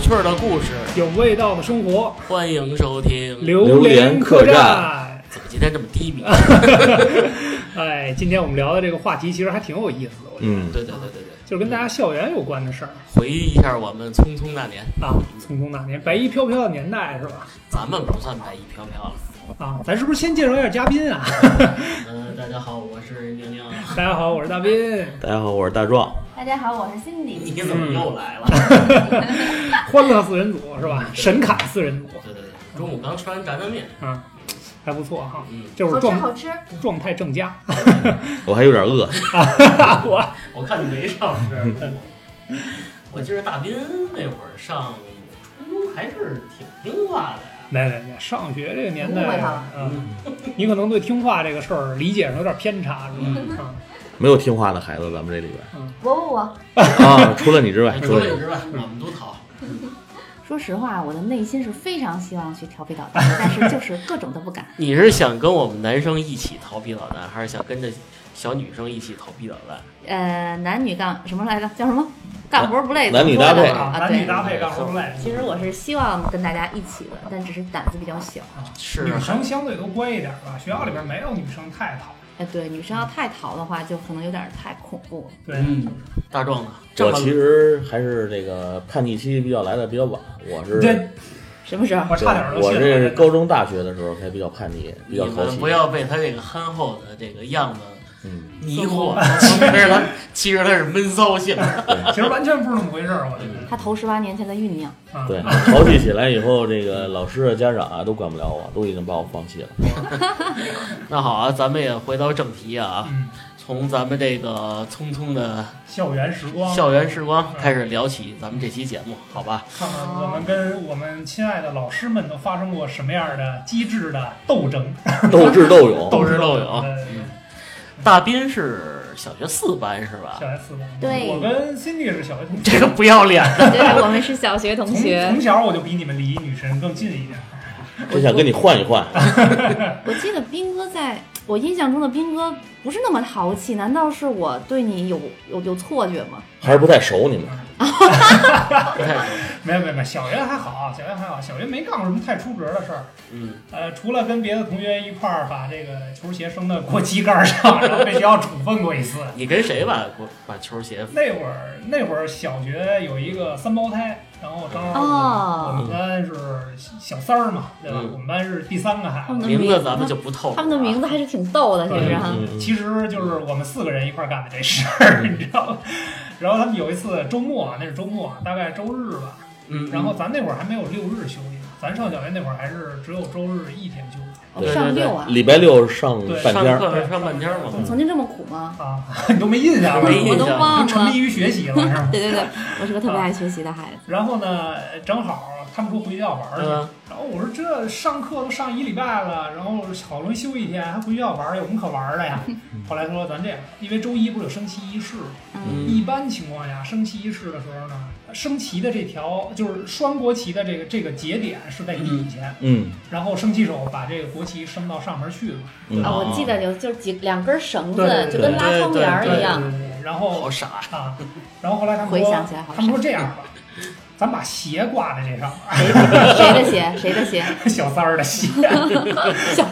趣儿的故事，有味道的生活，欢迎收听。榴莲客客栈栈。怎么今天这么低 迷？哎，今天我们聊的这个话题其实还挺有意思的，我觉得、嗯，对对对对对，就是跟大家校园有关的事儿回忆一下我们匆匆那年，啊。匆匆那年，白衣飘飘的年代是吧？咱们不算白衣飘飘了。啊，咱是不是先介绍一下嘉宾啊？ 嗯、大家好，我是宁宁。大家好，我是大斌，大家好，我是大壮。大家好，我是 Cindy。你怎么又来 了？欢乐四人组是吧？神侃四人组对对对，中午刚吃完炸酱面。啊，还不错哈、嗯，就是好吃状好吃，状态正佳。我还有点饿，我我看你没上是。我记得大斌那会儿上初中还是挺听话的呀。没没没，上学这个年误代会他了，嗯，你可能对听话这个事儿理解上有点偏差是嗯吧？啊没有听话的孩子，咱们这里边我我我， 啊，除了你之外，除了除了你你，之外，我们都逃。说实话，我的内心是非常希望去调皮捣 蛋的，但是就是各种的不敢。你是想跟我们男生一起逃避导弹，还是想跟着小女生一起逃避导弹？呃，男女杠什么来着？叫什么？干活不累，男女搭配怎么说来着啊，男女对。搭配干活不累。其实我是希望跟大家一起的，但只是胆子比较小。是嗯女生相对都乖一点吧，学校里边没有女生太讨厌。哎，对，女生要太淘的话，就可能有点太恐怖了。对，嗯，大壮呢？这我么其实还是这个叛逆期比较来的比较晚，我是这什么时候？我差点儿都我信这是了。高中、大学的时候才比较叛逆，比你较淘们气不。要被他这个憨厚的这个样子 嗯，迷 惑，其实他其实他是闷骚性。 其实完全不是那么回事儿，我觉嗯得。他头十八年前的酝 酿，啊对，淘气起来以后，这个老师啊、家长啊都管不了我，都已经把我放弃了。那好啊，咱们也回到正题啊，嗯，从咱们这个匆匆的校园时光，校园时光开始聊起咱们这期节目，好吧？看看我们跟我们亲爱的老师们都发生过什么样的机智的斗争，斗智斗 勇，斗智哦斗勇呃大斌是小学四班是吧校？园四班。对我跟 Cindy 是小学同学，啊嗯这个不要脸！ 对，我们是小学同从 学嗯从。小我就比你们离女神更近一点。我想跟你换一换。我记得斌哥在，我印象中的斌哥不是那么淘气，难道是我对你有有有错觉吗？还是不太熟你们，不太熟没有没有没有，小学还好，啊小学还好，小学没干过什么太出格的事儿。嗯，呃，除了跟别的同学一块儿把这个球鞋升到国旗杆儿上，然后被学校处分过一次。 你跟谁把把球鞋？那会儿那会儿小学有一个三胞胎，然后正好我哦，们班是小三儿嘛，对吧？嗯我们班是第三个孩他们子。的名字咱们就不透露啊。他们的名字还是挺逗的，其实啊哈。嗯嗯其实就是我们四个人一块儿干的这事儿， 你知道吗？然后他们有一次周末，那是周末，大概周日吧。嗯，嗯，然后咱那会儿还没有六日休息，咱上小学那会儿还是只有周日一天休息哦上六啊，礼拜六上半天上儿，课上半天嘛。你曾经这么苦吗？啊，你都没印象了，没印我都象你 忘沉了迷。于学习了是吧？对对对，嗯我是个特别爱学习的孩子。然后呢，正好他们说回学校玩儿去，嗯，然后我说这上课都上一礼拜了，然后好不容易休一天，还回学校玩儿，有什么可玩儿的呀？后来他说咱这样，因为周一不是有升旗仪式吗，嗯一般情况下升旗仪式的时候呢，升旗的这条就是双国旗的这个这个节点是在底下，嗯，然后升旗手把这个国旗升到上面去了，嗯啊，我记得有就是几两根绳对对对子，就跟拉窗帘儿对一对样。对，然后好哦傻，啊，然后后来他们回说想，起来好他们傻说。这样吧，咱把鞋挂在这上面，谁的谁的鞋？谁的鞋？小三儿的鞋，笑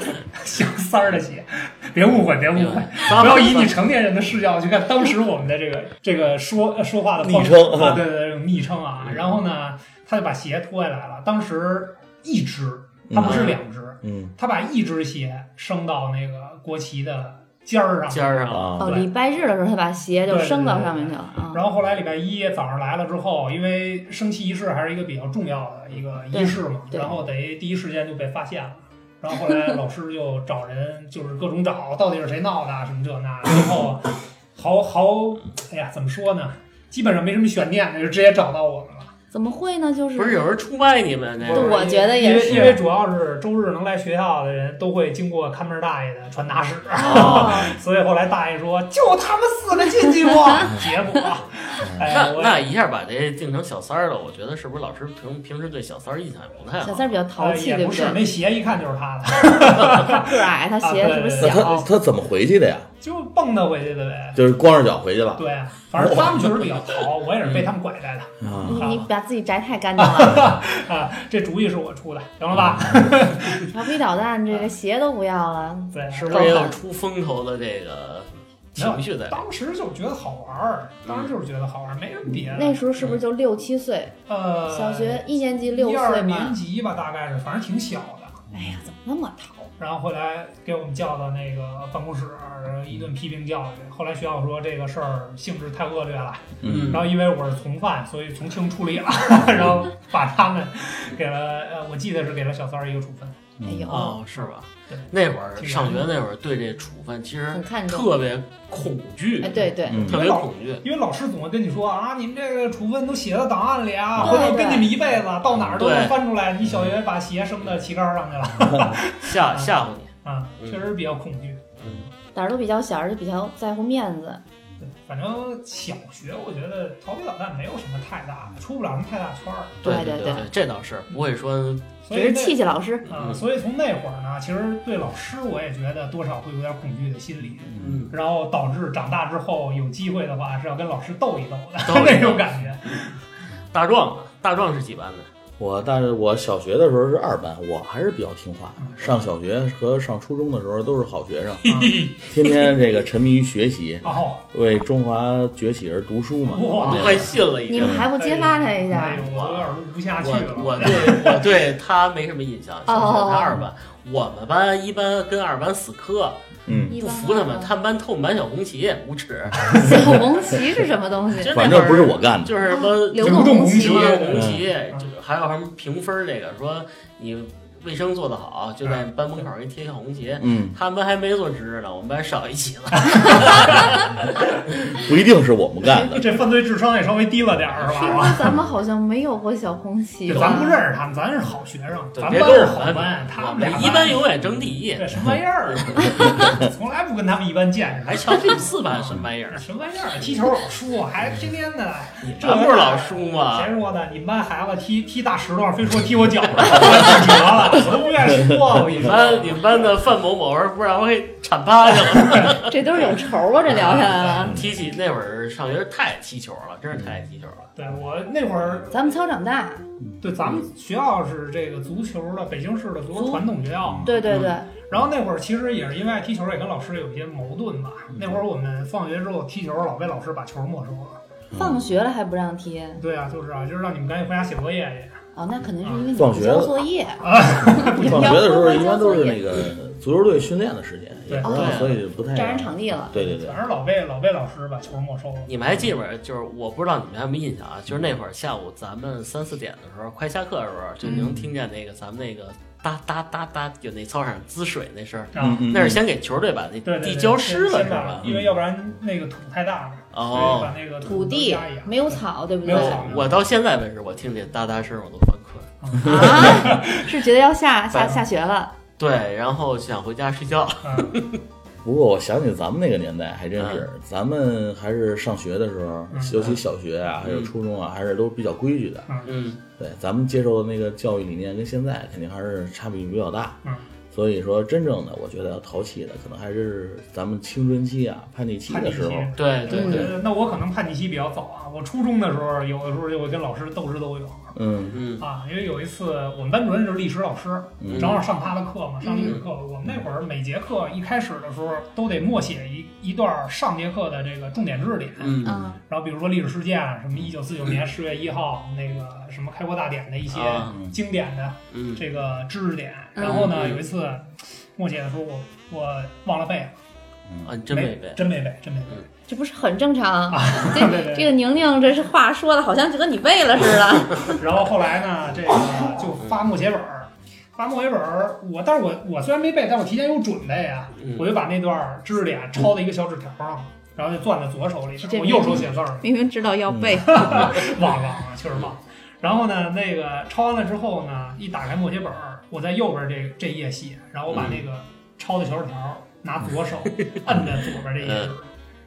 小三儿的鞋，别误会，别误会，不嗯不要以你成年人的视角去看当时我们的这个这个说呃说话的方式昵称嗯啊，对对对，昵称啊，然后呢，他就把鞋脱下来了，当时一只，他不是两只，嗯他把一只鞋升到那个国旗的尖儿上，尖儿上啊，哦，礼拜日的时候他把鞋就升到上面去了啊。然后后来礼拜一早上来了之后，因为升旗仪式还是一个比较重要的一个仪式嘛，对对然后得第一时间就被发现了。然后后来老师就找人，就是各种找，到底是谁闹的啊什么这那，然后好好，哎呀，怎么说呢？基本上没什么悬念，就直接找到我们了。怎么会呢？就是不是有人出卖你们那对个？我觉得也是因为因为主要是周日能来学校的人都会经过看门大爷的传达室，哦， 所以后来大爷说就他们四个进去 吧。结果，哎，那我那一下把这定成小三儿了，我觉得是不是老师平平时对小三儿印象也不太小好？三儿比较淘呃气，也对不是对？那鞋一看就是他的。个儿矮，他鞋是不是那他哎小？他怎么回去的呀？ 就蹦跶回去的呗。就是光着脚回去了对，反正他们确实比较淘，我也是被他们拐带的嗯啊。你你把自己宅太干 净了，啊。这主意是我出的，行了吧？调皮捣蛋，这个鞋都不要了。对，是不是也有出风头的这个情绪在里？当时就觉得好玩儿，当时就是觉得好玩儿，没什么别那的。时候是不是就六七岁？呃，小学一年级六一二岁年嘛。级吧，大概是，反正挺小的。哎呀，怎么那么淘？然后后来给我们叫到那个办公室，然后一顿批评教育。后来学校说这个事儿性质太恶劣了，嗯然后因为我是从犯，所以从轻 处理了，然后把他们给了，呃，我记得是给了小三儿一个处分。哎呦，哦，是吧对？那会儿上学那会儿对这处分其实很看重。特别恐惧，哎，对对，嗯特别恐惧。因为老师总会跟你说啊，你们这个处分都写到档案里啊，对回头对跟你们一辈子，到哪儿都能对翻出来。你小学把鞋升到旗杆儿上去 了吓吓唬你。啊，嗯确实比较恐惧。胆儿都比较小，而且比较在乎面子。对，反正小学我觉得调皮捣蛋没有什么太大的，出不了什么太大圈儿。对对对对，这倒是不会说，所以只那是哎气气老师，啊，所以从那会儿呢，其实对老师我也觉得多少会有点恐惧的心理，嗯，嗯，然后导致长大之后有机会的话是要跟老师斗一斗的 斗一斗那种感觉。大壮啊，大壮是几班的？ 我但是我小学的时候是二班，我还是比较听话嗯的。上小学和上初中的时候都是好学生， 天天这个沉迷于学习，然后为中华崛起而读书嘛。哇我都快信了，已你经们。还不揭发他一哎下？呦，我有点录不下去了。我我对我 对他没什么印象，小哦学他二班，我们班一班跟二班死磕，嗯，一哦不服他般们，他们班偷我们班小红旗，无耻！小红旗是什么东西？真反正不是我干的。就是什么流动红红旗旗吗？流嗯动红旗，就是还有什么评分这个，说你卫生做得好，就嗯在班门口给你贴一小红旗。嗯，他们班还没做值日呢，我们班少一起了。不一定是我们 干的。这犯罪智商也稍微低了点儿，听是说吧？咱们好像没有过小红旗对吧？咱不认识他们，咱是好学生，对咱别班跟是我 好班，他我们俩一班永远争第一，这什么玩意儿啊？从来不跟他们一班见识，还瞧不起四班什么玩意儿？什么玩意儿？啊踢球老输，还天天的。你这不是老输吗？谁说的？你们班孩子踢踢大石头，非说踢我脚上，我 骨折了，我都不愿意说。我跟你们你说，班你们班的范某某不让我给铲趴下了。这都是有仇啊！这聊下来嗯了，踢起那会儿上学太踢球了，真是太爱踢球了。对我那会儿，咱们操场大，对咱们学校是这个足球的，北京市的足球传统学校嘛。对对对，然后那会儿其实也是因为爱踢球，也跟老师有一些矛盾吧。那会儿我们放学之后踢球，老被老师把球没收了。放学了还不让踢对啊，就是啊，就是让你们赶紧回家写作业去。哦，那肯定是因为你嗯放不学交了 作业。你放要学的时候乖乖一般交都作是业，那个足球队训练的时间，也不让，对所以不太占人场地了。对对对，反正老被老被老师把球没收了。你们还记着，就是我不知道你们还有没有印象啊，就是那会儿下午咱们三四点的时候，快下课的时候，就能听见那个咱们那个哒哒哒哒，就那操场滋水那声儿，啊，嗯那是先给球队把那对对对地浇湿了先是把吧？因为要不然那个土太大了，所以哦，把那个土地加一点没有草，对不对没有？草我到现在为止，我听见哒哒声儿我都犯困。啊，是觉得要下下反正下学了，对，然后想回家睡觉。啊不过我想起咱们那个年代还真是，咱们还是上学的时候嗯，尤其小学啊，还有嗯初中啊，还是都比较规矩的。嗯，对，咱们接受的那个教育理念跟现在肯定还是差别比较大。嗯所以说，真正的我觉得要淘气的，可能还是咱们青春期啊、叛逆期叛逆的期时候。对对嗯对，呃那我可能叛逆期比较早啊，我初中的时候有的时候就会跟老师斗智斗勇嗯嗯啊，因为有一次我们班主任就是历史老师，嗯正好上他的课嘛，上历史课。我们那会儿每节课一开始的时候都得默写一一段上节课的这个重点知识点，嗯嗯，然后比如说历史事件，什么一九四九年十月一号那个什么开国大典的一些啊经典的嗯，这个知识点。然后呢，嗯有一次默写的时候我我忘了背，啊，你真没背。真没背，真没背。这不是很正常？啊对对对这个宁宁这是话说的，好像就跟你背了似的。 然后后来呢，这个就发默写本儿，发默写本儿，我但是我我虽然没背，但我提前有准备啊，嗯我就把那段知识点抄在一个小纸条上，然后就攥在左手里，这我右手写字儿，明明知道要背，忘了啊，确实忘了。然后呢，那个抄完了之后呢，一打开默写本儿，我在右边这这页写，然后我把嗯那个抄的小纸条拿左 手摁在左边这嗯页纸，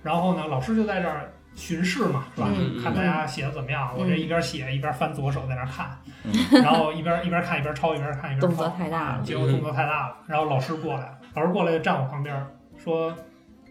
然后呢，老师就在这儿巡视嘛，是吧？嗯看大家写的怎么样。我嗯这一边写一边翻左手在那儿看，嗯然后一边一边看一边抄一边看一边抄动作太大了。嗯结果动作太大了，然后老师过来了，老师过来就站我旁边说：“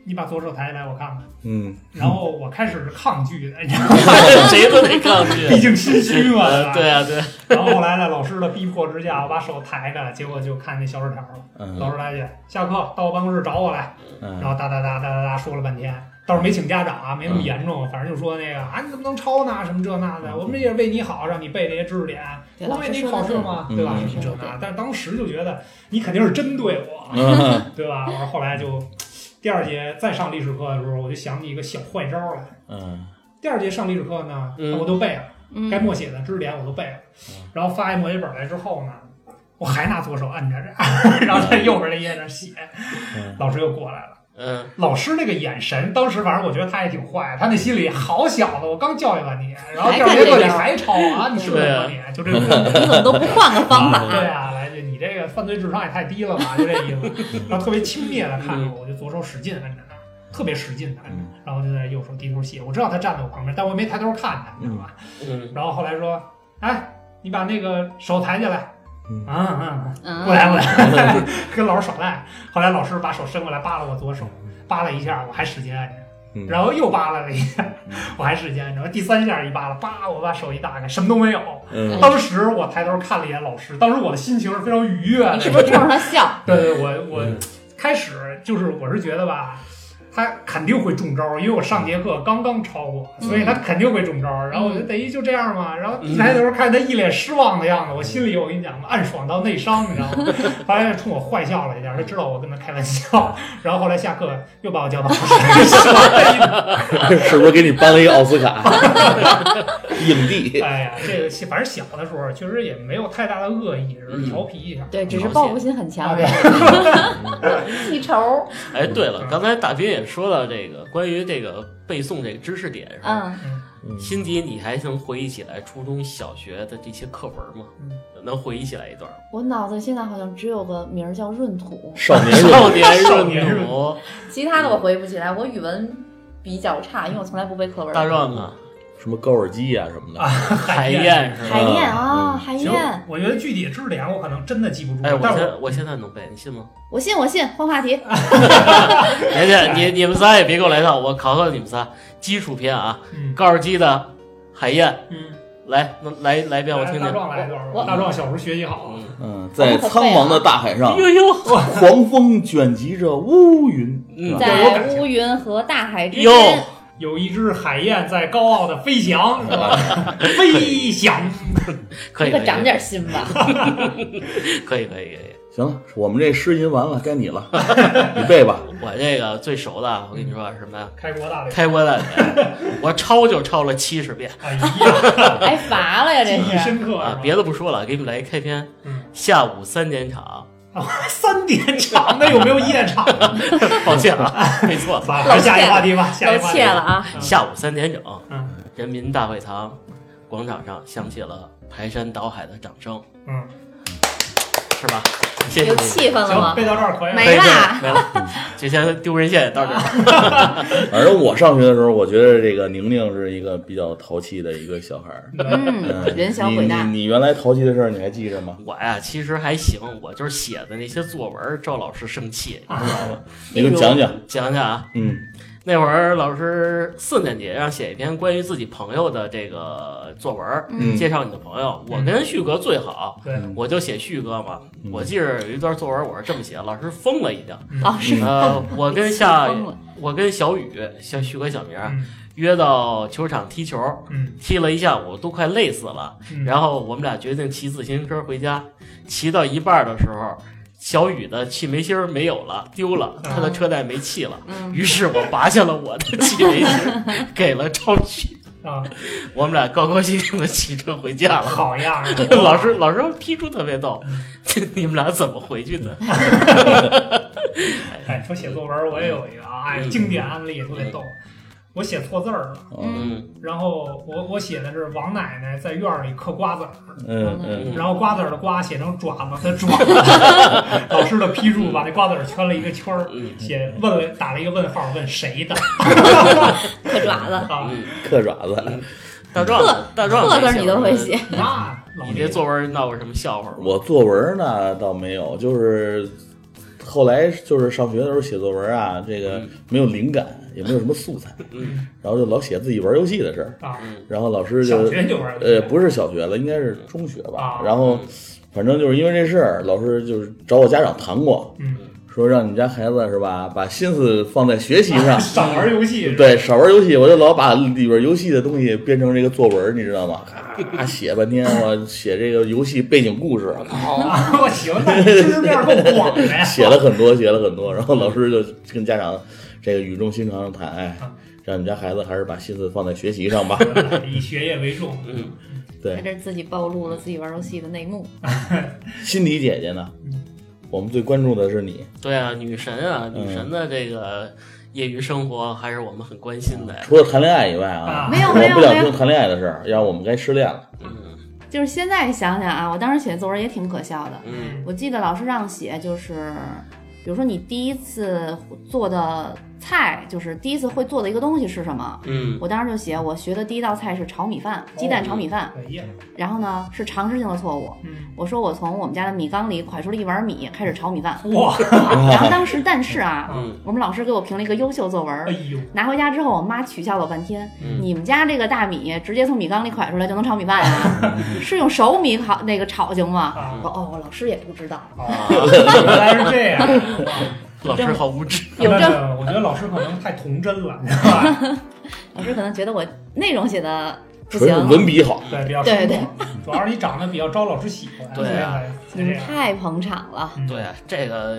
你把左手抬起来，我看看。嗯，然后我开始是抗拒的，谁都得 抗毕拒。竟心虚嘛。呃，吧 对啊，对啊，然后后来在老师的逼迫之下，我把手抬着，结果就看那小纸条了。老嗯师来句：“下课到我办公室找我来。”然嗯后哒哒哒哒哒哒说了半天，倒是没请家长啊，没那嗯么严重，反正就说那个啊，你怎么能抄呢？什么这那的，我嗯们这也是为你好，让你背这些知识点，对不为你考试吗？嗯对吧？嗯什么这那，但是当时就觉得你肯定是针对我，啊嗯对吧？我说后来就第二节再上历史课的时候，我就想起一个小坏招来。 嗯第二节上历史课呢，嗯我都背了，该嗯，默写的知识点我都背了，然后发一墨写本来之后呢，我还拿左手按着， 然后在右边那页那写，嗯老师又过来了。嗯，老师那个眼神，当时反正我觉得他也挺坏，他那心里好小子，我刚教育完你，然后第二节课你还抄啊，你是不是吧你？就这种感觉。你怎么都不换个方法？对啊，来句你这个犯罪智商也太低了吧，就这意思。 然后特别轻蔑的看着我，我就左手使劲摁着他，特别使劲的摁着，嗯然后就在右手低头写。我知道他站在我旁边，但我没抬头看他，你知道吧？嗯，然后后来说，哎，你把那个手抬起来。嗯啊 啊！嗯，过来过来，跟老师耍赖。后来老师把手伸过来扒拉我左手，扒拉一下，我还使劲按着，嗯然后又扒拉了一下，我还使劲按着，第三下一扒拉，叭，我把手一打开，什么都没有。嗯 当时我抬头看了一眼老师，当时我的心情是非常愉悦你的是。不是冲着 他笑？对对，我我嗯开始就是我是觉得吧。他肯定会中招，因为我上节课刚刚抄过，嗯所以他肯定会中招。然后我就等于就这样嘛，然后一抬头看他一脸失望的样子，我心里我跟你讲嘛，暗爽到内伤，你知道吗？ 后来冲我坏笑了一下，他知道我跟他开玩笑， 然后后来下课又把我叫到老师室了是不是给你颁了一个奥斯卡影帝？哎呀，这个反正小的时候确实也没有太大的恶意，只是调皮一下。对，只是了解报复心很强啊，对， 记仇。哎，对了，刚才大斌也说到这个关于这个背诵这个知识点是吧？嗯，辛迪，你还能回忆起来初中小学的这些课文吗嗯？能回忆起来一段吗？我脑子现在好像只有个名儿叫闰土，少年少人，年少年润润土，其他的我回忆不起来。我语文比较差，因为我从来不背课文。大壮啊，什么高尔基呀什么的，啊海燕是吧？海燕啊，嗯海行燕，，我觉得具体知识点我可能真的记不住，哎，我但是现我现在能背，你信吗？我信我信，换话题。别介，你你们仨也别给我来一套，我考考你们仨基础篇啊，嗯高尔基的海燕，嗯。来能来来一遍我来听大听。壮来一段吧我。大壮小时候学习好，嗯嗯，在苍茫的大海哎上，呦呦，狂风卷集着乌云，嗯是吧有感在情乌云和大海之哟间，有一只海燕在高傲的飞翔，是吧？嗯 飞翔，可以，快可以长点心吧。可以可以可以。行了，我们这诗吟完了，该你了， 你背吧。我这个最熟的啊，我跟你说什么呀？开国大擂。开锅蛋饼，我抄就抄了七十遍 哎 呀，挨罚了呀，记这忆是。深刻啊！是吧别的不说了，给你们来一开篇嗯，下午三点 场，啊三点场的有没有夜场？ 抱歉啊，背错了，咱下一话题吧，下都一话题怯了。啊！下午三点整，嗯人民大会堂广场上响起了排山倒海的掌声，嗯，是吧？谢谢有你。气氛了行，吗？背到这儿可以了。没啦没 了，这些丢人现眼到这儿。反正我上学的时候，我觉得这个宁宁是一个比较淘气的一个小孩儿。嗯，嗯，人小鬼大你。你你原来淘气的事儿你还记着吗？我呀，其实还行，我就是写的那些作文招老师生气。你给我讲讲。讲讲啊，嗯那会儿老师四年级让写一篇关于自己朋友的这个作文，嗯介绍你的朋友。我跟旭哥最好，对，我就写旭哥嘛。嗯我记着有一段作文我是这么写，老师疯了已经。哦，是嗯 呃，我跟夏 疯了，我跟小雨，小旭哥小名儿嗯约到球场踢球，嗯踢了一下午都快累死了。嗯，然后我们俩决定骑自行车回家，骑到一半的时候，小雨的气门芯儿没有了，丢了，他的车带没气了。嗯，于是我拔下了我的气门芯 儿，给了超旭，啊，我们俩高高兴兴的骑车回家了。，好样儿 老师老师批出特别逗，这嗯 你们俩怎么回去的？哎，说写作文我也有一个啊，哎，嗯经典案例特别逗。我写错字儿了，嗯嗯然后我我写的是王奶奶在院儿里嗑瓜子儿，嗯嗯然后瓜子儿的瓜写成爪子的爪， 老师的批注把那瓜子儿圈了一个圈儿，嗯写问了打了一个问号，问谁的嗑爪子，啊？嗯，嗯，嗑爪子。大壮大壮嗑没字写你都过会吗写，那老你这作文闹过什么笑话吗？我作文呢倒没有，就是后来就是上学的时候写作文啊，这嗯个没有灵感，也没有什么素材，嗯然后就老写自己玩游戏的事儿。啊，嗯然后老师小就学就玩儿游戏呃不是小学了，应该是中学吧。啊然后反正就是因为这事儿，老师就是找我家长谈过，嗯，，说让你们家孩子是吧，把心思放在学习 上少玩儿游戏，对，少玩游戏，我就老把里边游戏的东西编成这个作文，你知道吗？啊，写半天，我写这个游戏背景故事， 啊，我行，那你知识面够广的 呀。写了很多，写了很多。然后老师就跟家长这个语重心长的谈，哎啊，让你们家孩子还是把心思放在学习上吧。 以学业为重，嗯，在对，这自己暴露了自己玩游戏的内幕。辛迪姐姐呢嗯？我们最关注的是你，对啊，女神啊，嗯女神的这个业余生活还是我们很关心的呀。除了谈恋爱以外啊啊，没有我没有不没想有听，谈恋爱的事儿，要不我们该失恋了。嗯就是现在想想啊，我当时写作文也挺可笑的。嗯我记得老师让写就是，比如说你第一次做的菜，就是第一次会做的一个东西是什么？嗯我当时就写我学的第一道菜是炒米饭，鸡蛋炒米饭。哎呀，然后呢是常识性的错误，嗯，我说我从我们家的米缸里蒯出了一碗米开始炒米饭。哇，然后当时但是啊，嗯我们老师给我评了一个优秀作哎文。呦，拿回家之后，我妈取笑我半天。嗯你们家这个大米直接从米缸里蒯出来就能炒米饭啊？是用熟米烤那个炒行吗？啊 我哦，我老师也不知道。啊， 原来是这样。老师好无知。有那这个，我觉得老师可能太童真了，你知道吧？老师可能觉得我内容写的不纯是行，文笔好，对，比较对生动，主要是你长得比较招老师喜欢，对啊所以才这样。太捧场 了。嗯对，啊，这个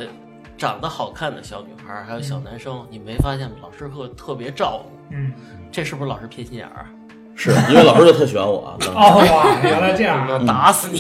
长得好看的小女孩儿还有小男生，你没发现吗？老师会特别照顾，嗯，这是不是老师偏心眼儿啊？是因为老师就特喜欢我啊。 哦哇，原来这样我打死你！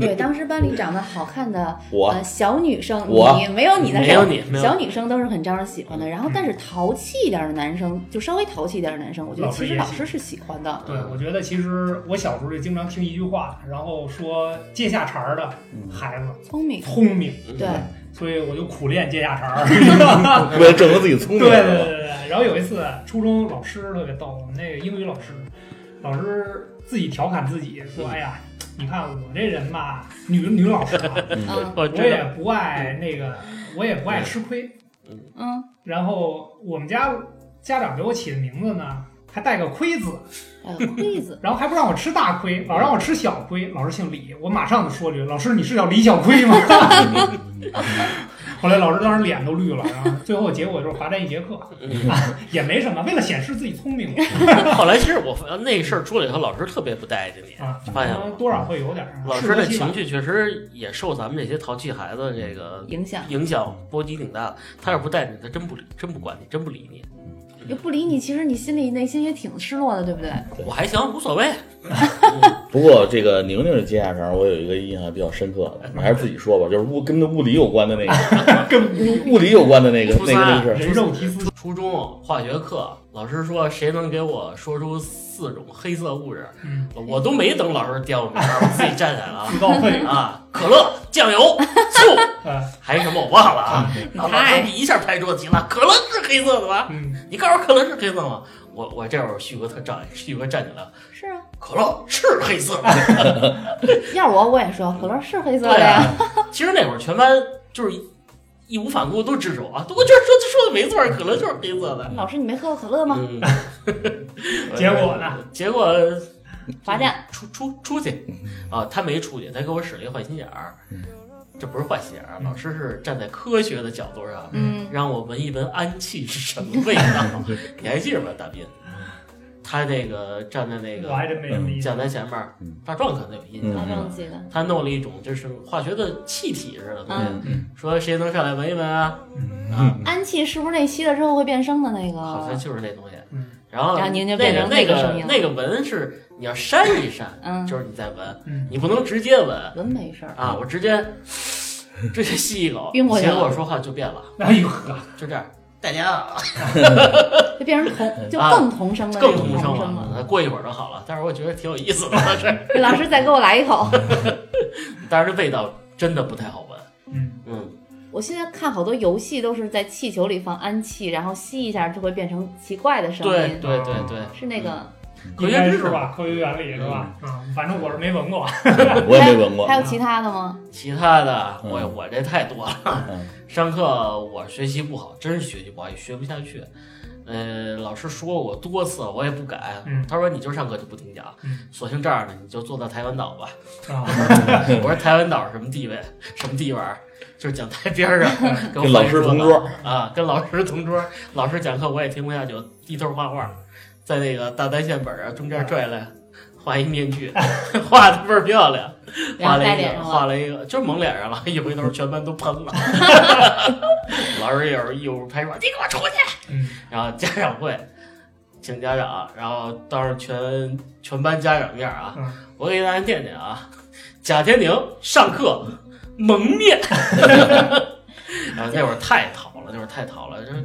对，当时班里长得好看的我呃小女生，我你没有嗯你的没事儿有你没有嗯小女生都是很招人喜欢的。然后，但是淘气一点的男生，就稍微淘气一点的男生，我觉得老师其实也老喜师是喜欢的。对，我觉得其实我小时候就经常听一句话，然后说接下茬儿的嗯孩子聪明，聪明，对，所以我就苦练接下茬 儿。哎为了证明自己聪对明，啊啊对是吧对对。然后有一次，初中老师特别逗，我们那个英语老师，老师自己调侃自己说：“嗯哎呀，你看我这人吧，女女老师啊，嗯，嗯 我我知也道，不爱那个，我也不爱吃亏。嗯，然后我们家家长给我起的名字呢，还带个亏字，，呃，柜子然后还不让我吃大亏，老让我吃小亏。老师姓李，我马上就说了一句：“老师，你是叫李小亏 吗？” 后来老师当时脸都绿了，然后最后结果就是罚站一节课，嗯 也没什么，为了显示自己聪明后来其实我发那事儿出来以后，老师特别不待见你，啊，发现了吗多少会有点儿哎老师适得的其情反绪确实也受咱们这些淘气孩子这个影响影响波及挺大的。他要不带你，他真不理，真不管你，真不理你。又不理你，其实你心里内心也挺失落的，对不对？我还行，无所谓。不过这个宁宁的接下茬，我有一个印象比较深刻的，你还是自己说吧，就是物跟物理有关的那个， 跟物理有关的那个初那个三那个事儿。人肉提斯，初中化学课，老师说谁能给我说出四种黑色物质，嗯，我都没等老师调我名儿，我自己站起来了啊 自告奋勇，啊！可乐、酱油、醋，呃，还什么我忘了啊。你然后老师太一下拍桌子急了，可乐是黑色的吗？嗯，你告诉我可乐是黑色吗？我我这会儿旭哥特站，旭哥站起来，是啊，可乐是黑色的。要是我我也说，可乐是黑色 对的呀。啊，其实那会儿全班就是义无反顾都支持我，啊，我就是说说的没错，可乐就是黑色的。老师，你没喝过可乐吗？嗯， 结果呢？结果嗯罚站。出出出去啊！他没出去，他给我使了一个坏心眼儿。这不是坏心眼儿，啊老师是站在科学的角度上，嗯，让我闻一闻氨气是什么味道。 你还记着吗，大斌？他那个站在那我还个真没什么意思讲台前面儿嗯，大壮可能有印我象。啊忘记了。他弄了一种就是化学的气体似的东西，嗯，说谁能上来闻一闻啊？嗯啊，氨气是不是那吸了之后会变声的那个？好像就是那东西。嗯然后然后您就那变个成那那个声个音了那个闻是你要扇一扇，嗯，就是你在闻，嗯你不能直接闻闻没事儿。啊！我直接 直接吸一口，晕过去结了果说话就变了，哎呦呵，就这样。啊大 家就变成童，就啊更童声的那更种同童声声了。了，嗯过一会儿就好了。但是我觉得挺有意 思的，当时，老师再给我来一口。但是这味道真的不太好闻。嗯，嗯，我现在看好多游戏都是在气球里放氨气，然后吸一下就会变成奇怪的声对音，对对对，是那个科嗯应学该知是识嗯吧？科学原理是吧？啊，反正我是没闻过。我也没闻过还。有其他的吗？其他的，嗯我我这太多了。嗯 上课我学习不好，真是学习不好，也学不下去。呃，老师说过多次，我也不改。嗯他说你就上课就不听讲，嗯索性这样的，你就坐到台湾岛吧。啊， 我说台湾岛什么地位，什么地方儿？就是讲台边 儿上，跟我跟老师翻译同过桌了啊，跟老师同桌，老师讲课我也听不下去，我低头画画，在那个大单线本儿啊中间拽来画一面具， 画的倍儿漂亮，然画后了戴一脸个上画了，了一个，就是蒙脸上了，一回头全班都喷了， 老师有一屋拍桌，你给我出去！嗯然后家长会，请家长，然后当着全全班家长面啊，嗯我给大家念念啊，贾天宁上课蒙 面，然后那会儿太淘了，那会儿太淘了，就是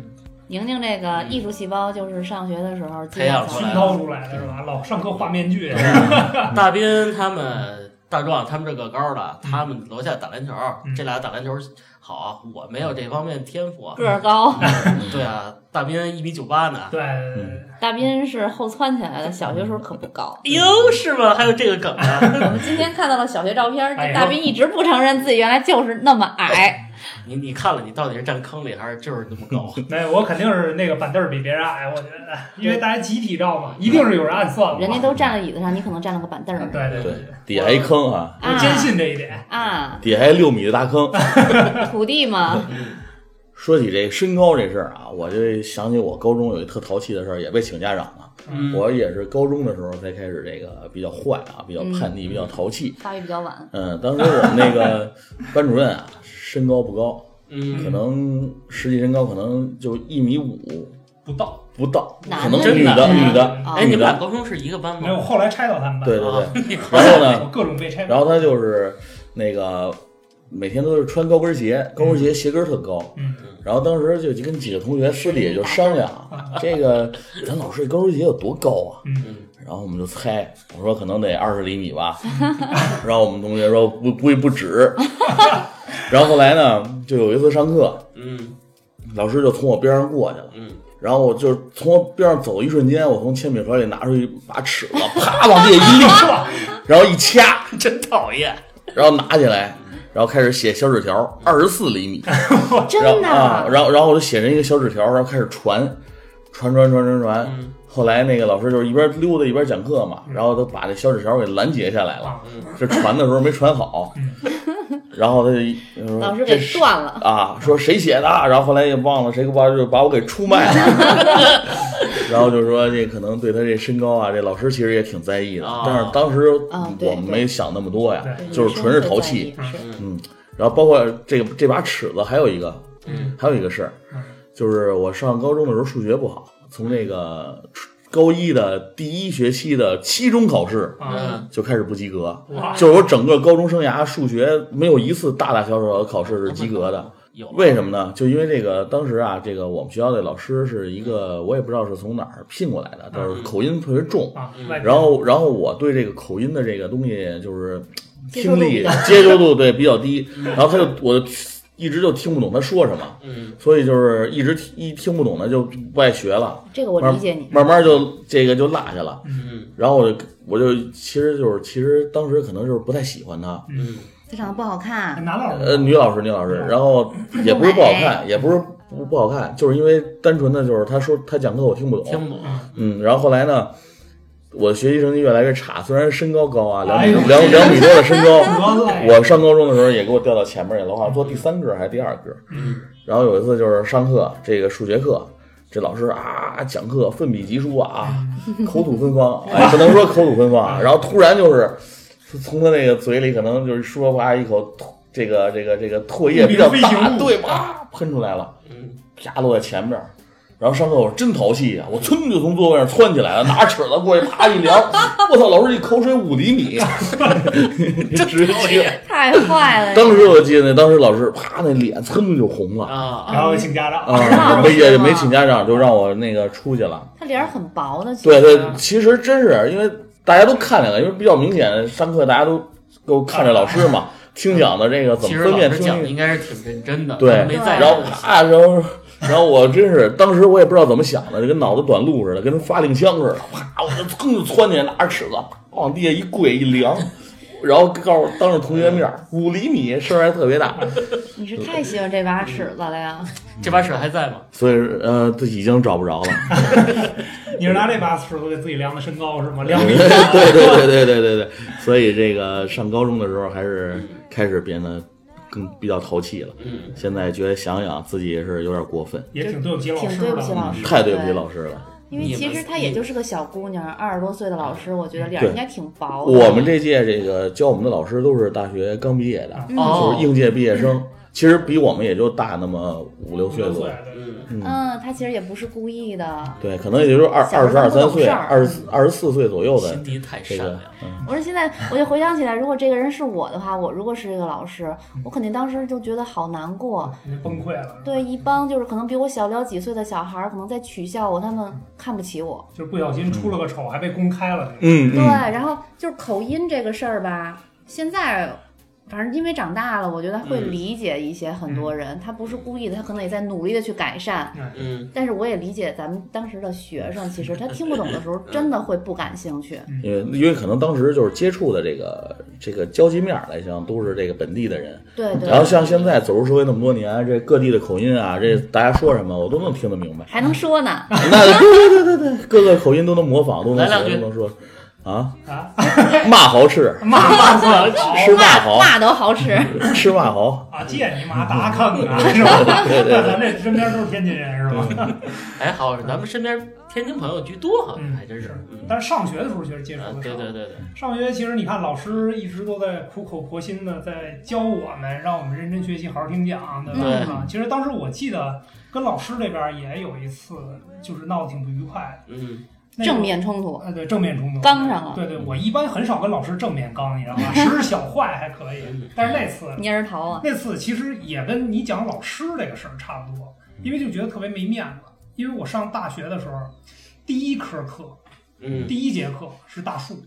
宁宁这个艺术细胞就是上学的时候积培养累出下来的熏来陶出来的是吧？老上课画面具，嗯大斌他们、大壮他们这个高的，他们楼下打篮球，嗯这俩打篮球好啊，我没有这方面天赋啊。个儿高，哦 对啊，大斌一米九八呢。对，嗯大斌是后窜起来的，小学时候可不高。哎呦，是吗？还有这个梗啊！ 我们今天看到了小学照片儿，哎呦大斌一直不承认自己原来就是那么矮，你你看了，你到底是站坑里还是就是那么 高？那我肯定是那个板凳儿比别人矮，我觉得，因为大家集体照嘛，一定是有人暗算我。人家都站了椅子上，你可能站了个板凳儿对对对对，，底下一坑啊，我坚信这一点。啊，底下一六米的大坑。土地嘛，说起这身高这事儿啊，我就想起我高中有一特淘气的事儿，也被请家长了。嗯我也是高中的时候才开始这个比较坏啊，比较叛逆，比较淘气。发育比较晚，嗯，当时我们那个班主任啊，身高不高，嗯，可能实际身高可能就一米五不到，不到，男可能的女女的女的啊哎，你女们俩的，高中是一个班没有，吗？我后来拆到他们班，对对啊嗯对。然后呢我，各种被拆。然后他就是那个每天都是穿高跟鞋，高跟鞋鞋跟儿特高，嗯，然后当时就就跟几个同学私底下就商量，啊这个咱老师这高跟鞋有多高啊？嗯然后我们就猜，我说可能得二十厘米吧。 然后我们同学说不估计不止。然后后来呢，就有一次上课， 嗯老师就从我边上过去了。嗯，然后我就从我边上走一瞬间，我从铅笔盒里拿出一把尺子，啪往地下一立，然后一掐，真讨厌。然后拿起来，然后开始写小纸条，二十四厘米。然后真的啊，然后然后我就写成一个小纸条，然后开始传，传传传传传。嗯后来那个老师就是一边溜达一边讲课嘛，嗯然后他把那小纸条给拦截下来啊了，这传的时候没传好，嗯然后他就说老师这给是断了，啊，说谁写的，然后后来也忘了谁给我就把我给出卖了。 然后就说这可能对他这身高啊，这老师其实也挺在意的，啊但是当时啊哦对我们没想那么多呀，对就是纯是淘气。女生会在意，是然后包括这个这把尺子，还有一个嗯还有一个事儿嗯，就是我上高中的时候数学不好，从这个初高一的第一学期的期中考试啊，嗯，就开始不及格，哇，就是我整个高中生涯数学没有一次大大小小的考试是及格的。有为什么呢？就因为这个，当时啊，这个我们学校的老师是一个，我也不知道是从哪儿聘过来的，但是口音特别重。啊，嗯外边然后，然后我对这个口音的这个东西就是 接受听度力比较接受度对比较 低，然后他就我就一直就听不懂他说什么，嗯所以就是一直一听不懂的就不爱学了，这个我理解你，慢慢就这个就落下了。嗯然后我就我就其实就是其实当时可能就是不太喜欢他，嗯她长得不好看，男老师，呃，女老师，女老师，嗯然后也不是不好 看，也不是不不好看，就是因为单纯的就是他说他讲课我听不懂，听不懂。嗯，然后后来呢，我学习成绩越来越差，虽然身高高啊，两米哎呦两两米多的身高， 多累，我上高中的时候也给我调到前面去了，我好像坐第三个还是第二个。嗯然后有一次就是上课，这个数学课，这老师啊讲课奋笔疾书啊，嗯口吐芬芳，哎，不能说口吐芬 芳啊，然后突然就是从他那个嘴里可能就是说哇一口吐这个这个这个唾液比较一股废大，物对，哇喷出来了，嗯啪落在前面。然后上课我真淘气啊！我噌就从座位上窜起来了，拿尺子过去啪一量，我操！老师这口水五 厘米，直接太坏了，当时我记得那当时老师啪那脸噌就红了啊然后请家长， 啊，没也没请家长，就让我那个出去了。她脸儿很薄的，其实对对，啊其实真是因为大家都看见了，因为比较明显，上课大家都都看着老师 嘛，听讲的这个怎其么实分老辨师听讲的力，应该是挺认真的，对他没在然后意。那时候然后我真是当时我也不知道怎么想的，就跟脑子短路似的，跟发令枪似的，啪，我就噌就窜进来，拿着尺子啪往地下一跪一量，然后告诉当着同学面儿五厘米，声儿还特别大， 你是太喜欢这把尺子了呀？嗯这把尺还在吗？所以呃，这已经找不着了。你是拿这把尺子给自己量的身高是吗？量 对米。嗯对对对对对对，所以这个上高中的时候还是开始变得更比较淘气了。嗯，现在觉得想想自己也是有点过分，也挺对不起老挺师对不起的，老师，太对不起老师了。因为其实她也就是个小姑娘，二十多岁的老师，我觉得脸对应该挺薄的。我们这届这个教我们的老师都是大学刚毕业的，嗯就哦是应届毕业生，其实比我们也就大那么五六岁左右。嗯，嗯，她其实也不是故意的。对，可能也就是二小二时十候二不懂三岁、事儿二十二十四岁左右的心地太这善个良，了。嗯，我说现在我就回想起来，如果这个人是我的话，我如果是这个老师，我肯定当时就觉得好难过。你崩溃了，对，一帮就是可能比我小不了几岁的小孩儿，可能在取笑我，他们看不起我。就是不小心出了个丑，还被公开了。嗯对，嗯，然后就是口音这个事儿吧，现在反正因为长大了，我觉得会嗯理解一些很多嗯人，他不是故意的，他可能也在努力的去改善。嗯，但是我也理解咱们当时的 学生，其实他听不懂的时候，嗯真的会不感兴趣。因为因为可能当时就是接触的这个这个交际面儿来讲，都是这个本地的人，对对。嗯然，后像现在走入社会那么多年，这各地的口音啊，这大家说什么我都能听得明白还能说呢， 那对对对对对，各个口音都能模仿，都能来两学句都能说。啊，啊，骂豪吃， 骂骂我好吃骂骂豪，骂都好使。吃骂豪。啊，借你妈打坑啊，是吧？对对那对咱这身边都是天津人是吧？还哎好咱们身边天津朋友居多，好像嗯还真是。嗯但是上学的时候其实嗯接触啊的对少。对对对，上学其实你看，老师一直都在苦口婆心的在教我们，让我们认真学习，好好听讲，对吧？对啊，其实当时我记得跟老师这边也有一次，就是闹得挺不愉快嗯，的。 正面冲突，啊，对正面冲突，刚上了对对，我一般很少跟老师正面刚，你知道 吗？实施小坏还可以，但是那次蔫儿桃啊，那次其实也跟你讲老师这个事儿差不多，嗯因为就觉得特别没面子。因为我上大学的时候，第一科课嗯第一节课是大数，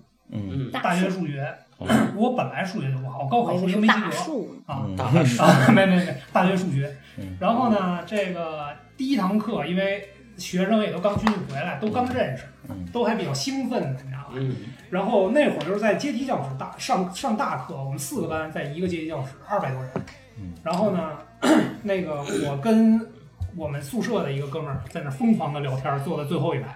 嗯，嗯，大学树，数学哦，我本来数学就不好，高我考以数为学是没及大格树呢。啊嗯大汉啊，没没没，大学数学嗯。然后呢，这个第一堂课，因为学生也都刚军训回来，都刚认识嗯，都还比较兴奋，你知道吗？嗯然后那会儿就是在阶梯教室大上上大课，我们四个班在一个阶梯教室，二百多人嗯。然后呢，那个我跟我们宿舍的一个哥们儿在那疯狂的聊天，坐在最后一排，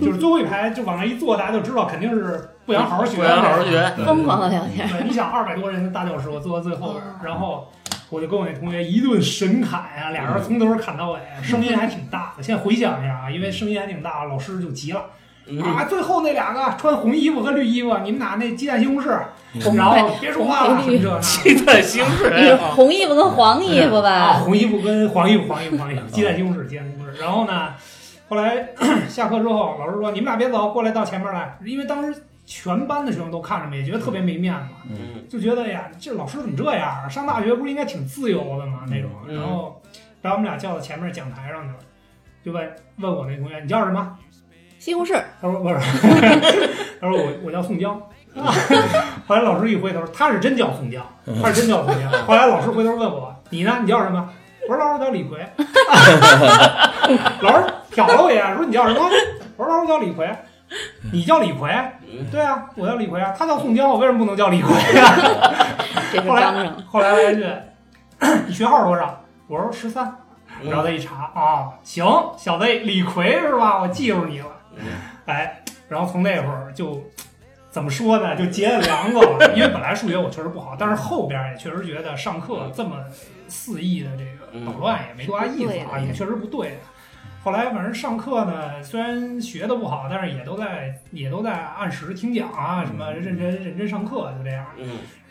就是最后一排就往那一坐，大家就知道肯定是不想好好学，不想好好学。疯狂的聊天，对，你想二百多人的大教室，我坐到最后边儿，然后我就跟我那同学一顿神砍啊，俩人从头砍到尾，啊嗯声音还挺大的。现在回想一下啊，因为声音还挺大，老师就急了。嗯，啊，最后那两个穿红衣服和绿衣服，你们俩那鸡蛋西红柿，红嗯嗯然后别说话了，什么这那的。鸡蛋西红你柿，红衣服跟黄衣服啊，吧？红衣服跟黄衣服，黄衣服，黄衣服， 鸡蛋西红柿，鸡蛋西红柿。然后呢，后来 下课之后，老师说你们俩别走，过来到前面来，因为当时全班的学生都看着嘛，也觉得特别没面子。嗯就觉得呀，这老师怎么这样啊？上大学不是应该挺自由的吗？那种，嗯然后把我们俩叫到前面讲台上去了，就问问我那同学你叫什么？西红柿，他说不是， 他说我我叫宋江。啊后来老师一回头，他是真叫宋江，他是真叫宋江。后来老师回头问我你呢？你叫什么？我说老师我叫李逵。老师瞟了我一眼，说你叫什么？我说老师我叫李逵。你叫李逵？嗯对啊，我叫李逵啊。他叫宋江，我为什么不能叫李逵啊？ 这是张生，后来来一句：“你学号多少？”我说十三。嗯然后他一查啊，行，小子，李逵是吧？我记住你了。哎，然后从那会儿就怎么说呢？就结了梁子了。因为本来数学我确实不好，但是后边也确实觉得上课这么肆意的这个捣乱也没多大意思啊，嗯也确实不对。后来反正上课呢，虽然学的不好，但是也都在也都在按时听讲啊，什么认真认真上课，啊就这样。嗯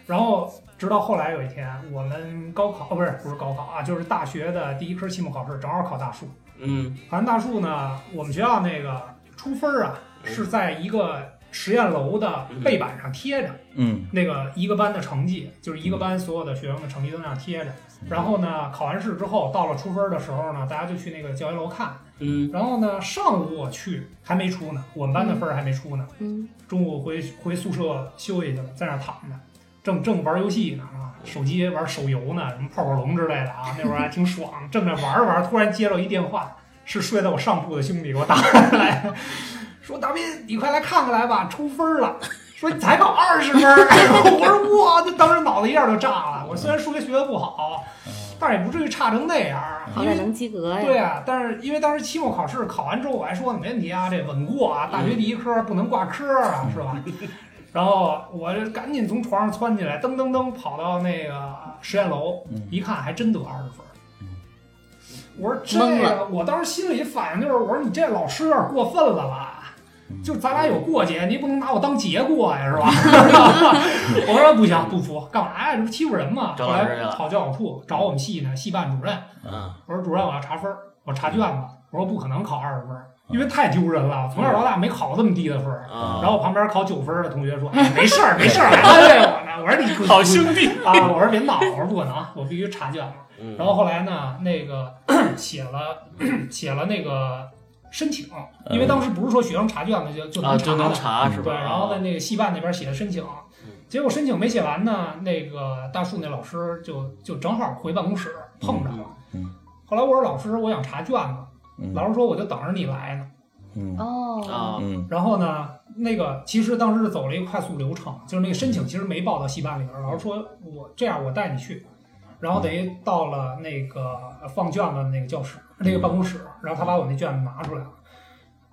然后直到后来有一天，我们高考哦，不是不是高考啊，就是大学的第一科期末考试，正好考大数。嗯考完大数呢，我们学校那个出分儿啊，嗯是在一个实验楼的背板上贴着，嗯那个一个班的成绩，就是一个班所有的学生的成绩都那样贴着。然后呢，考完试之后，到了出分儿的时候呢，大家就去那个教学楼看。嗯然后呢，上午我去还没出呢，我们班的分儿还没出呢。嗯，中午回回宿舍休息去了，在那儿躺着。正正玩游戏呢啊，手机也玩手游呢，什么泡泡龙之类的 啊，那会儿还挺爽。正在玩着玩着，突然接到一电话，是睡在我上铺的兄弟给我打过来的， 说大斌，你快来看看来吧，抽分儿了。 说你才考二十分儿， 我说哇，这当时脑子一下就炸了。我虽然数学学的不好，但是也不至于差成那样儿，好因歹为能及格对呀。啊，但是因为当时期末考试考完之后，我还说呢，没问题啊，这稳过啊，大学第一科不能挂科啊，是吧？然后我就赶紧从床上窜起来，噔噔噔跑到那个实验楼，嗯一看还真得二十分嗯。我说这懵个，我当时心里反应就是，我说你这老师有点过分了吧？就咱俩有过节，你不能拿我当节过呀，是吧？ 我说不行，不服，干嘛呀？这不欺负人吗？找后老师去来了跑教导处找我们系呢，系办主任。啊，我说主任，我要查分儿，我查卷子。我说不可能考二十分儿，嗯因为太丢人了，从小到大没考过这么低的分儿。啊然后我旁边考九分儿的同学说：“哎没事儿，没 事儿，还安慰我呢。”我说：“你滚好兄弟，啊！”我说：“别闹，我说不可能，我必须查卷子。”嗯然后后来呢，那个 写了 写了那个申请，因为当时不是说学生查卷子就就嗯啊能查就的能，查是对，吧？然后在那个系办那边写的申请嗯，结果申请没写完呢，那个大树那老师就就正好回办公室碰着了。嗯后来我说老师，我想查卷子，嗯老师说我就等着你来呢。嗯哦，啊，嗯然后呢，那个其实当时走了一个快速流程，就是那个申请其实没报到系办里边，老师说我这样我带你去，然后等于到了那个放卷子的那个教室那个办公室，然后他把我那卷子拿出来了，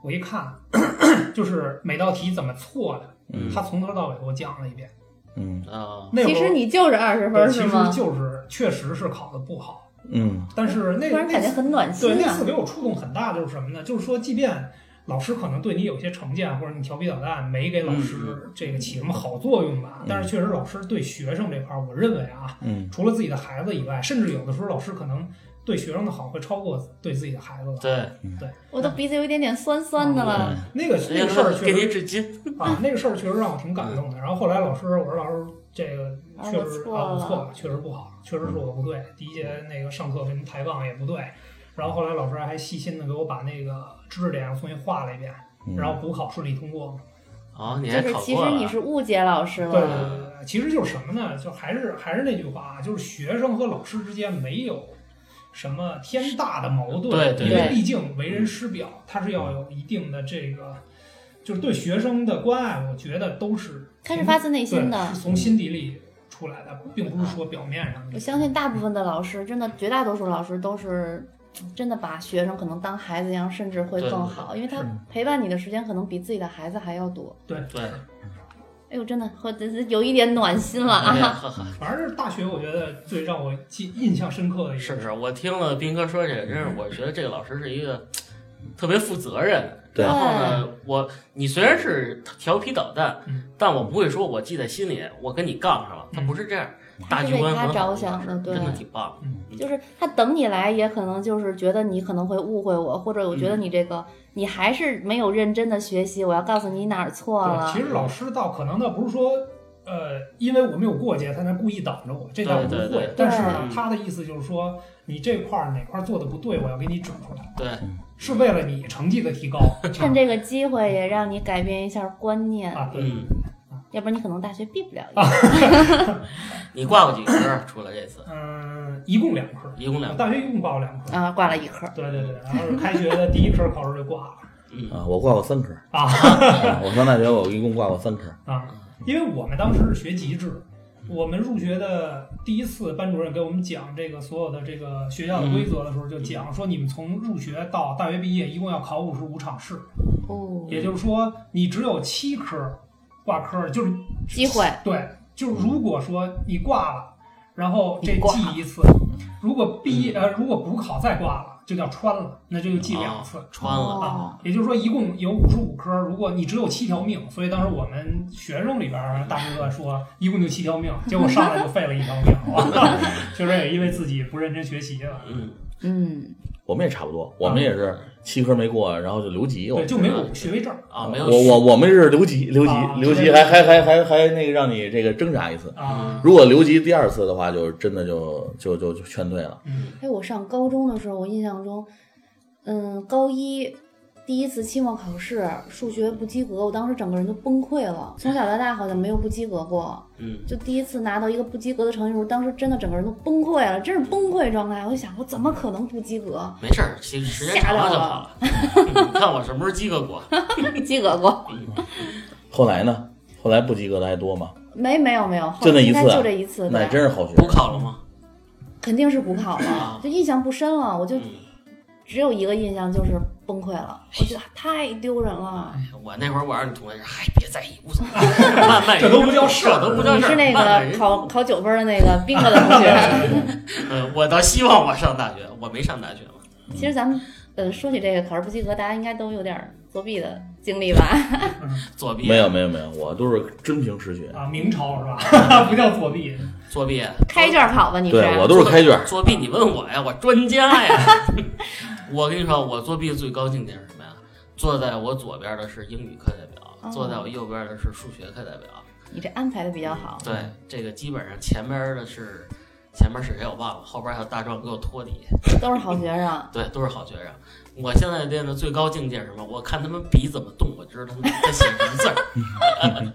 我一看， 就是每道题怎么错的。嗯他从头到尾给我讲了一遍。嗯啊，那其会实儿你就是二十对分其是实吗？就是确实是考的不好，嗯但是那突然那感觉次很暖对心那啊次！给我触动很大，就是什么呢？就是说，即便老师可能对你有些成见，或者你调皮捣蛋，没给老嗯师这个起什么好作用吧，嗯但是确实老师对学生这块儿，我认为啊，嗯除了自己的孩子以外，甚至有的时候老师可能对学生的好会超过对自己的孩子的。对，我的鼻子有一点点酸酸的了。那个那人个家事说儿确给实您致敬，啊，那个事儿确实让我挺感动的。然后后来老师，我说老师，这个啊确我实错啊，我了错了，确实不好，确实是我不对。第一节那个上课什么抬杠也不对。然后后来老师还细心的给我把那个知识点重新画了一遍，嗯，然后补考顺利通过嘛。啊，你还就是考其过实你了，是误解老师对对了，对对，其实就是什么呢？就还是还是那句话啊，就是学生和老师之间没有什么天大的矛盾，对对因为对毕竟为人师表，他是要有一定的这个，就是对学生的关爱，我觉得都是他是从发自内对，心的是。从心底里出来的，并不是说表面上我的。相信大部分的老师，真的绝大多数老师都是嗯真的把学生可能当孩子一样，甚至会对更好，因为他是陪伴你的时间可能比自己的孩子还要多。对，对，哎呦，真的，我真是有一点暖心了哎呀啊！呵呵，反正是大学，我觉得最让我记印象深刻的一个是是，我听了斌哥说起来，真嗯是我觉得这个老师是一个特别负责任。对然后呢，我你虽然是调皮捣蛋嗯，但我不会说我记在心里，我跟你杠上了，他不是这样，大是局为观他很好着想的对真的挺棒。就是他等你来，也可能就是觉得你可能会误会我，或者我觉嗯得你这个、你还是没有认真的学习，我要告诉你哪儿错对，了其。实老师倒可能倒不是说，呃，因为我们有过节，他才故意挡着我，这倒不对会。对对但是呢嗯，他的意思就是说，你这块儿哪块儿做的不对，我要给你指出来，对，是为了你成绩的提高。趁这个机会也让你改变一下观念，啊，对，嗯，要不然你可能大学毕不了业。你挂过几科儿？除了这次，嗯、一共两科，一共两我科。大学一共报了两科。啊，挂了一科。对对对，然后是开学的第一科考试就挂了嗯啊，我挂过三科，啊。啊我上大学我一共挂过三科，啊，因为我们当时是学籍制，我们入学的第一次，班主任给我们讲这个所有的这个学校的规则的时候，就讲说你们从入学到大学毕业一共要考五十五场试，哦，也就是说你只有七科挂科，就是机会对，就是如果说你挂了，然后这你挂记一次，如果毕业呃如果补考再挂了，就叫穿了，那这就记两次。穿了，哦啊，也就是说一共有五十五科，如果你只有七条命，所以当时我们学生里边儿大哥说一共就七条命，结果上来就废了一条命， 确实也因为自己不认真学习了，嗯，嗯，我们也差不多，我们也是七科没过，然后就留级，我对，们就没有学位证啊，没有我我我们是留级，留级啊，留级对还还还还还那个让你这个挣扎一次。啊，如果留级第二次的话，就真的就就就就劝退了。嗯哎，我上高中的时候，我印象中，嗯，高一第一次期末考试数学不及格，我当时整个人都崩溃了。从小到大好像没有不及格过，嗯，就第一次拿到一个不及格的成绩时候，当时真的整个人都崩溃了，真是崩溃状态。我就想，我怎么可能不 及格？没事儿，其实时间长就好了。 你看我什么时候及格过？及格过？后来呢？后来不及格的还多吗？没，没有，没有。就那一次啊应该就这一次，那还对，真是好学补考了吗？肯定是补考啊了，就印象不深了。我就嗯，只有一个印象就是崩溃了，我觉得太丢人了。我那会儿我让你同学说，嗨，别在意，无所谓， 慢慢这都不叫事儿这都不叫你事儿。是那慢慢个人考考九分的 那个宾哥的同学。嗯，我倒希望我上大学，我没上大学嘛。其实咱们呃说起这个考试不及格，大家应该都有点儿作弊的经 历吧？作弊没有没有没有，我都是真凭实学。啊，明朝是吧？ 不叫作弊，作弊，开卷考吧，你是？对我都是开卷，作弊你问我呀，我专家 呀。我跟你说，我作弊最高境界是什么呀？坐在我左边的是英语课代表，哦坐在我右边的是数学课代表。你这安排的比较好。对，这个基本上前边的是前面是谁我忘了，后边还有大壮给我托底，都是好学生。对，都是好学生。我现在练的最高境界是什么？我看他们笔怎么动，我知道他们在写什么字儿。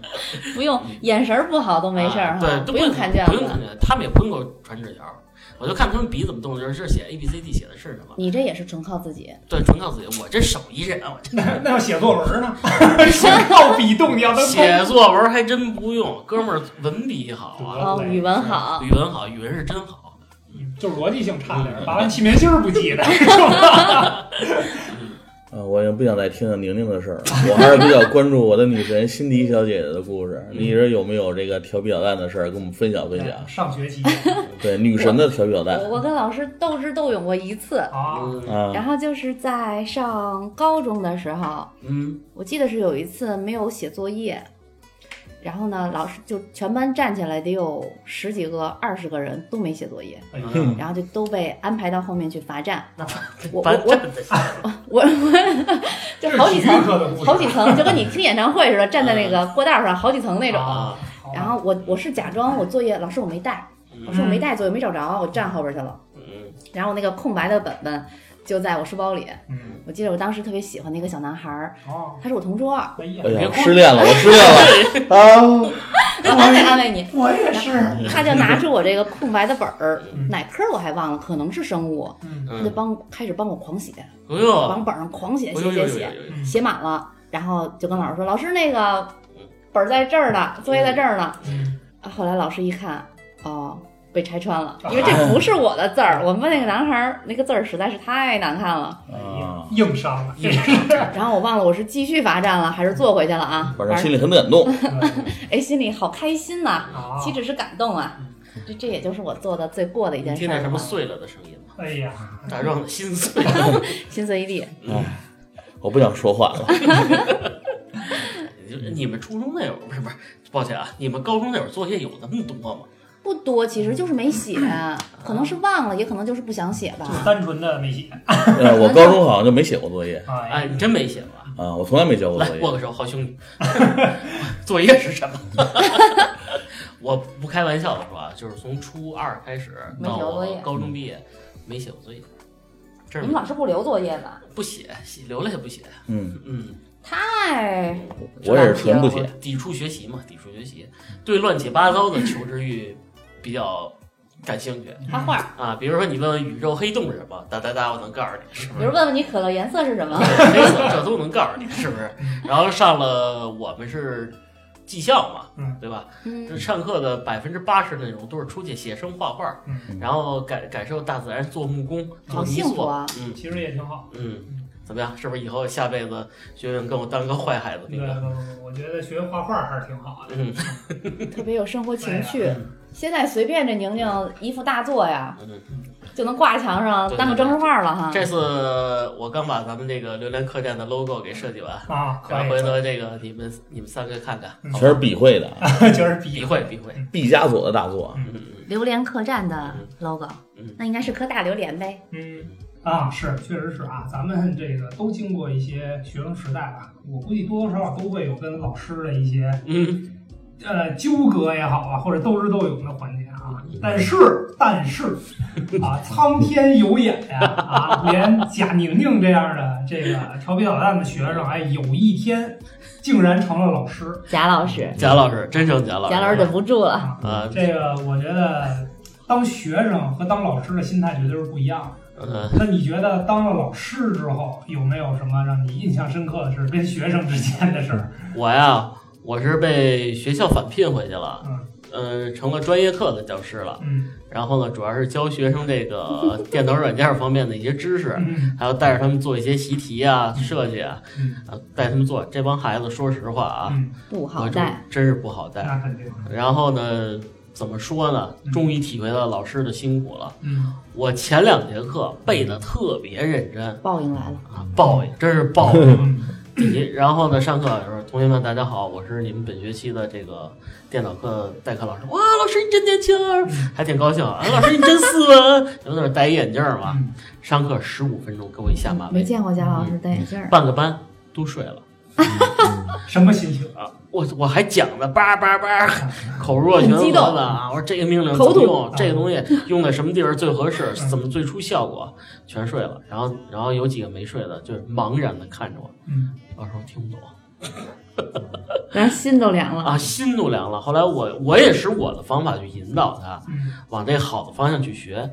不用眼神儿不好都没事嗯儿啊哈，对，都不用看卷不用看子。卷，他们也不用给我传纸条，我就看他们笔怎么动，就是这写 A B C D 写的是什么。你这也是纯靠自己，对，纯靠自己，我这手艺人啊，我这那那要写作文呢？ 手到笔动，你要能写作文还真不用，哥们儿文笔好啊，哦，语文好，语文好，语文是真好。就逻辑性差点儿，把完气棉芯儿不记得，是吧？啊，我也不想再听听宁宁的事儿了，我还是比较关注我的女神辛迪小姐姐的故事。你这有没有这个调皮捣蛋的事儿跟我们分享分享？ 上学期对，女神的调皮捣蛋我我跟老师斗智斗勇过一次，啊，嗯啊然后就是在上高中的时候，嗯我记得是有一次没有写作业，然后呢，老师就全班站起来得有十几个、二十个人都没写作业，哎呀嗯然后就都被安排到后面去罚站。那我班我站的我我就好几层，课的故事好几层，就跟你听演唱会似的，站在那个过道上好几层那种。啊嗯啊，好然后我我是假装我作业，老师我没带，老师我嗯没带作业没找着，我站后边去了。嗯然后我那个空白的本本就在我书包里，嗯，我记得我当时特别喜欢那个小男孩儿，哦，他是我同桌， 哎呀哎，别呀，哭失恋了，我失恋了 啊！安慰安慰你。我也是，他就拿出我这个空白的本儿嗯，哪科我还忘了，可能是生物，嗯，哦他就嗯，帮开始帮我狂写，哎呦，往本上狂写哎写呦写呦写，呦，嗯写满了，然后就跟老师说：“老师，那个本儿在这儿呢，作业在这儿呢。嗯，”啊后来老师一看，哦，被拆穿了， 因为这不是我的字儿，我们班那个男孩儿那个字儿实在是太难看了。哎呀啊，硬伤了， 硬然后我忘了我是继续罚站了还是坐回去了啊，反正心里很感动。哎心里好开心呐、啊，岂止是感动啊，这这也就是我做的最过的一你件事听儿见了什嘛么，碎了的声音吗？哎呀，大壮的心碎。心碎一地。我不想说话了，你们初中那会儿不是不是，抱歉啊，你们高中那会儿作业有那么多吗？不多，其实就是没写，啊嗯可能是忘了，也可能就是不想写吧就。单纯的没写， 呃我高中好像就没写过作业哎，哎呀你，真没写吧？啊，我从来没交过来作业握。个手，好兄弟。 作业是什么？ 我不开玩笑的说啊，就是从初二开始没到留作业我嗯高中毕业，没写过作业，这你是们老师不留作业吧？不写，写留了也不写。嗯，嗯，哎，我也是纯不写。抵触学习嘛，抵触学习，对乱七八糟的求知欲比较感兴趣画画，啊。比如说你问问宇宙黑洞是什么，哒哒哒，我能告诉你是不比是如？问问你可乐颜色是什么？对黑色这都能告诉你是不是？然后上了我们是技校嘛，嗯对吧？嗯，上课的百分之八十内容都是出去写生、画画，嗯，然后感感受大自然，做木工，做好泥幸福塑。啊！嗯其实也挺好。嗯，怎么样？是不是以后下辈子学问跟我当个坏孩子对那，个？我觉得学画画还是挺好的。嗯特别有生活情哎趣呀。现在随便这宁宁一幅大作呀，嗯，就能挂墙上对当个装饰画了哈。这次我刚把咱们这个榴莲客栈的 logo 给设计完，啊，可然以后回，头这个你们你们三个看看，全嗯是笔绘的， 就是比比会比会。毕加索的大 作。 嗯嗯榴莲客栈的 logo，嗯那应该是颗大榴莲呗。嗯啊，是，确实是啊，咱们这个都经过一些学生时代吧，我估计多多少少都会有跟老师的一些嗯呃纠葛也好啊，或者斗智斗勇的环节啊。但是但是啊，苍天有眼呀！啊，连贾宁宁这样的这个调皮捣蛋的学生，哎，有一天竟然成了老师。贾老师，贾老师真成贾老师，贾老师忍不住了，啊，这个我觉得，当学生和当老师的心态绝对是不一样的。嗯，那你觉得当了老师之后，有没有什么让你印象深刻的事儿？跟学生之间的事儿？我呀，我是被学校返聘回去了，嗯嗯，成了专业课的教师了。嗯然后呢，主要是教学生这 个电脑软件方面的一些知识，嗯还有带着他们做一些习题啊、设计啊，嗯啊带他们做。这帮孩子，说实话啊，嗯，不好我带。真真是不好带。那肯定。然后呢，怎么说呢？终于体会到老师的辛苦了。嗯，我前两节课背的特别认真报应来了，啊，报应，真是报应。嗯你然后呢，上课的时候，同学们大家好，我是你们本学期的这个电脑课代课老师。哇，老师你真年轻啊，嗯还挺高兴啊。老师你真斯文，啊 有点戴一眼镜儿嘛。嗯上课十五分钟，给我一下马没威，见过贾老嗯师戴眼镜儿，半个班都睡了什么心情？啊。我我还讲呢，叭叭叭，口若悬嗯很河激动嗯的啊。我说这个命令怎口么吐嗯用，这个东 西用在什么地方最合适，嗯怎么最出效果，全睡了。然后然后有几个没睡的，就是茫然的看着我，嗯老师我听不懂。然后心都凉了。啊，心都凉了。后来我我也使我的方法去引导他嗯往这好的方向去学，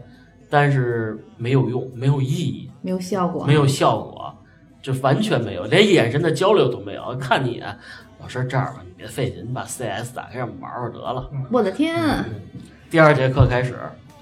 但是没有用，没有意义，没有效果没，有效果，就完全没有，连眼神的交流都没有。看你，啊老师这样吧，你别费劲，你把 CS 打开让我们玩玩得了。我的天啊，嗯第二节课开始，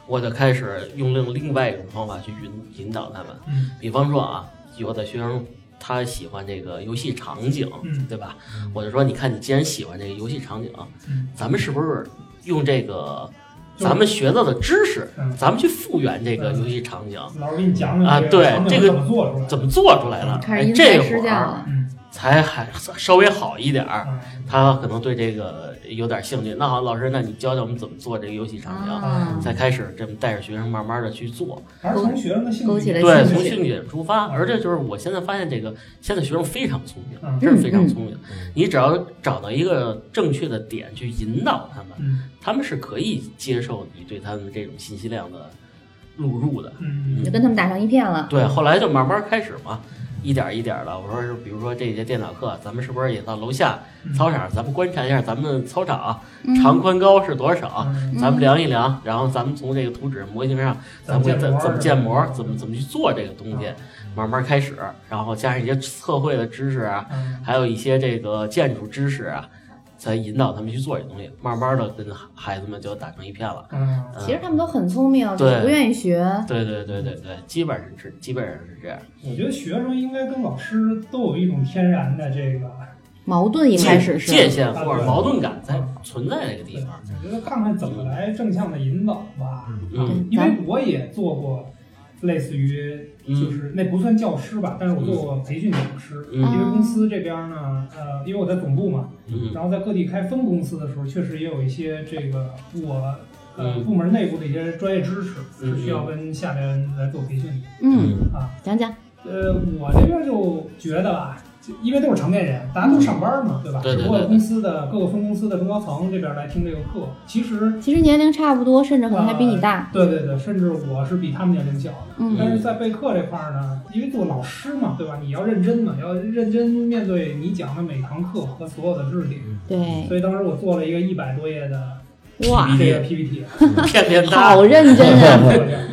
我就开始用另另外一种方法去引引导他们。嗯比方说啊，有的学生他喜欢这个游戏场景，嗯对吧？我就说，你看你既然喜欢这个游戏场景，嗯咱们是不是用这个就是咱们学到的知识，嗯，咱们去复原这个游戏场景？老师给你讲讲啊对这个场景怎么做出怎么做出来来的？了？嗯开始哎因这材施会教儿了。嗯才还稍微好一点儿，啊他可能对这个有点兴趣。那好，老师，那你教教我们怎么做这个游戏场景？啊，才开始这么带着学生慢慢的去做，还是从学生的兴趣勾起了对，兴从趣兴趣点出发。而这就是我现在发现，这个现在学生非常聪明，嗯真是非常嗯嗯聪明。你只要找到一个正确的点去引导他们，嗯他们是可以接受你对他们这种信息量的录入的。嗯就跟他们打成一片了。对，后来就慢慢开始嘛，一点儿一点儿的。我说是，比如说这节电脑课，咱们是不是也到楼下嗯操场，咱们观察一下咱们操场嗯长宽高是多少，嗯咱们量一量，然后咱们从这个图纸模型上，咱怎么们怎怎么建建模模是，吧怎么怎么去做这个东西，慢慢开始，然后加上一些测绘的知识啊，嗯还有一些这个建筑知识啊，才引导他们去做这东西，慢慢的跟孩子们就打成一片了。嗯，嗯其实他们都很聪明，只对是不愿意学。对对对对对，基本上是基本上是这样。我觉得学生应该跟老师都有一种天然的这个矛盾一开始界界是，限或者矛盾感在存在那个地方。我觉得看看怎么来正向的引导吧，嗯因为我也做过类似于就嗯是那不算教师吧，但是我做过培训讲师，嗯因为公啊司这边呢，呃，因为我在总部嘛，嗯然后在各地开分公司的时候，确实也有一些这个我呃嗯部门内部的一些专业知识嗯是需要跟下边来做培训的嗯，啊。讲讲，呃，我这边就觉得吧，就因为都是成年人，大家都上班嘛，对吧？嗯对对对只不过公司的各个分公司的中高层这边来听这个课，其实其实年龄差不多，甚至可能还比你啊大。对对对，甚至我是比他们年龄小的。嗯但是在备课这块儿呢，因为做老师嘛，对吧？你要认真嘛，要认真面对你讲的每堂课和所有的知识点。对，所以当时我做了一个一百多页的嗯哇，这个 PPT，骗骗他好，认真 啊！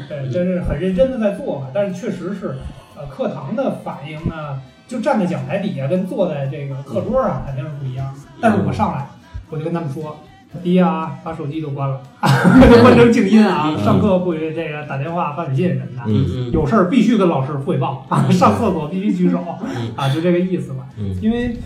对，真是很认真的在做嘛。但是确实是，呃，课堂的反应呢，就站在讲台底下跟坐在这个课桌上肯定是不一样。但是我上来，我就跟他们说。第一啊，把手机都关了， 关成静音啊！嗯上课不许这个打电话、发短信什么的，嗯嗯有事儿必须跟老师汇报啊！上厕所必须举手嗯啊！就这个意思吧。嗯因为，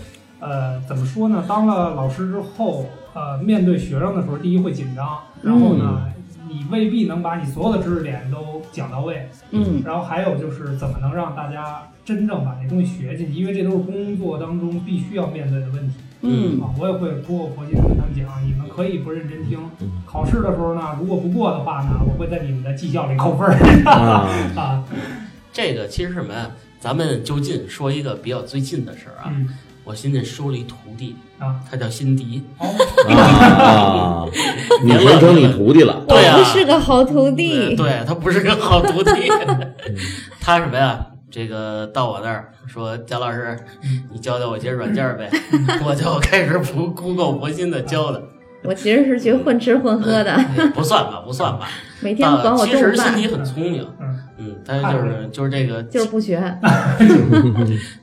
呃，怎么说呢？当了老师之后，呃，面对学生的时候，第一会紧张，然后呢，你未必能把你所有的知识点都讲到位。嗯，然后还有就是，怎么能让大家真正把这东西学进去？因为这都是工作当中必须要面对的问题。嗯啊，我也会苦口婆心地跟他们讲，你们可以不认真听。考试的时候呢，如果不过的话呢，我会在你们的绩效里扣分儿啊，啊。这个其实什么呀？咱们就近说一个比较最近的事儿啊，嗯我新近收了一徒弟啊，他叫辛迪，啊，你变成你徒弟了，对呀、不是个好徒对 弟，对他不是个好 徒弟，他什么呀？这个到我那儿说，贾老师，嗯你教教我一些软件呗，我就开始不 Google 不信的教 的，我其实是去混吃混喝的，哎不算吧，不算吧。每天管但我其中实午辛饭，迪很聪明，嗯嗯，他就是就是这个，就是不学。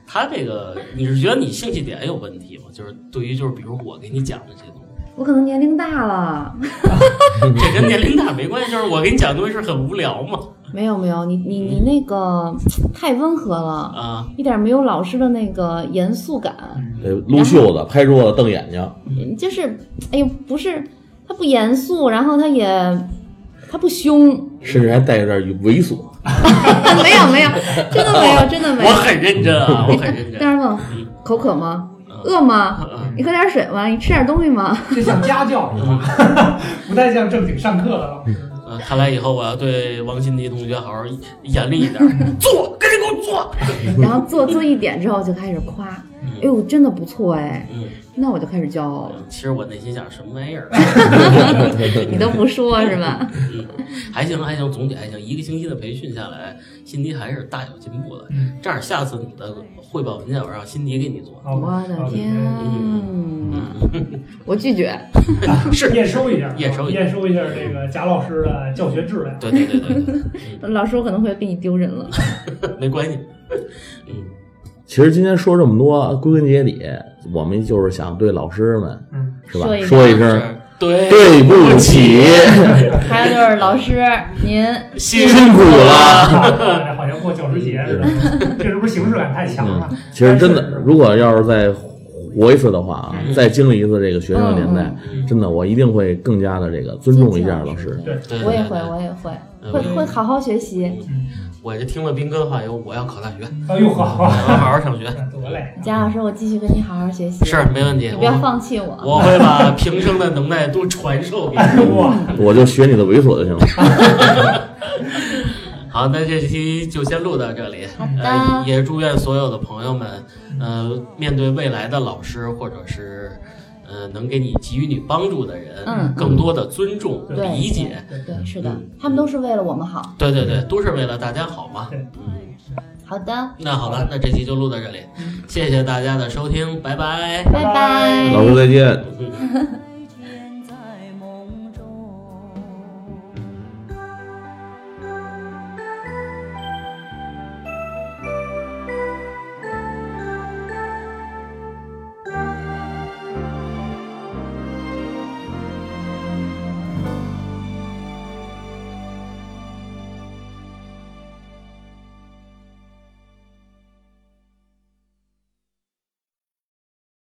他这个，你是觉得你兴趣点有问题吗？就是对于就是比如我给你讲的这些东西。我可能年龄大了，这跟年龄大没关系，就是我给你讲的东西是很无聊嘛。没有没有，你你你那个太温和了，啊，一点没有老师的那个严肃感，呃撸袖子、拍桌子、瞪眼睛，就是哎呦，不是他不严肃，然后他也他不凶， 甚至还带有点猥琐。 没有没有，真的没有真的没哦我有。很认真啊，我很认 真。但是问嗯口渴吗？嗯饿吗？嗯你喝点水吗？你吃点东西吗？ 这像家教是吧？不太像正经上课的老师。嗯，看来以后我要对王新迪同学好好严厉一点，做，赶紧给我做。然后做做一点之后就开始夸，哎嗯呦，真的不错哎，嗯，那我就开始骄傲了。嗯其实我内心想什么玩意儿，啊嗯你都不说是吧？还行还行，总体还行。一个星期的培训下来，辛迪还是大有进步的。嗯这样下次你的汇报文件我让辛迪给你做，好哎我的天，啊我拒绝。是，验收一下，验收一下验收一下这个贾老师的教学质量。对对对对对，老师，我可能会给你丢人了。没关系。嗯其实今天说这么多，归根结底，我们就是想对老师们，嗯，是吧说一？声说一，声是对对不起，还有就是老师，您辛辛苦了。这啊好像过教师节似的，这是不是形式感太强了？其实真的，如果要是再活一次的话啊，再经历一次这个学生年代，真的我一定会更加的这个尊重一下老师。对对我也对会，对我也会，嗯会会好好学习。我就听了斌哥的话以后，我要考大学，哎呦好我，要好好上学。多嘞！ 贾老师，我继续跟你好好学习，是，没问题。你不要我放弃我。我会把平生的能耐都传授给你。哇，我就学你的猥琐就行了。好，那这期就先录到这里。好的呃，也祝愿所有的朋友们，呃，面对未来的老师或者是。呃，能给你给予你帮助的人，嗯更多的尊重、对理解，对，是嗯的，他们都是为了我们好。对对对，都是为了大家好嘛。对好的，那好了，那这期就录到这里，谢谢大家的收听，拜拜。拜拜。老师再见。嗯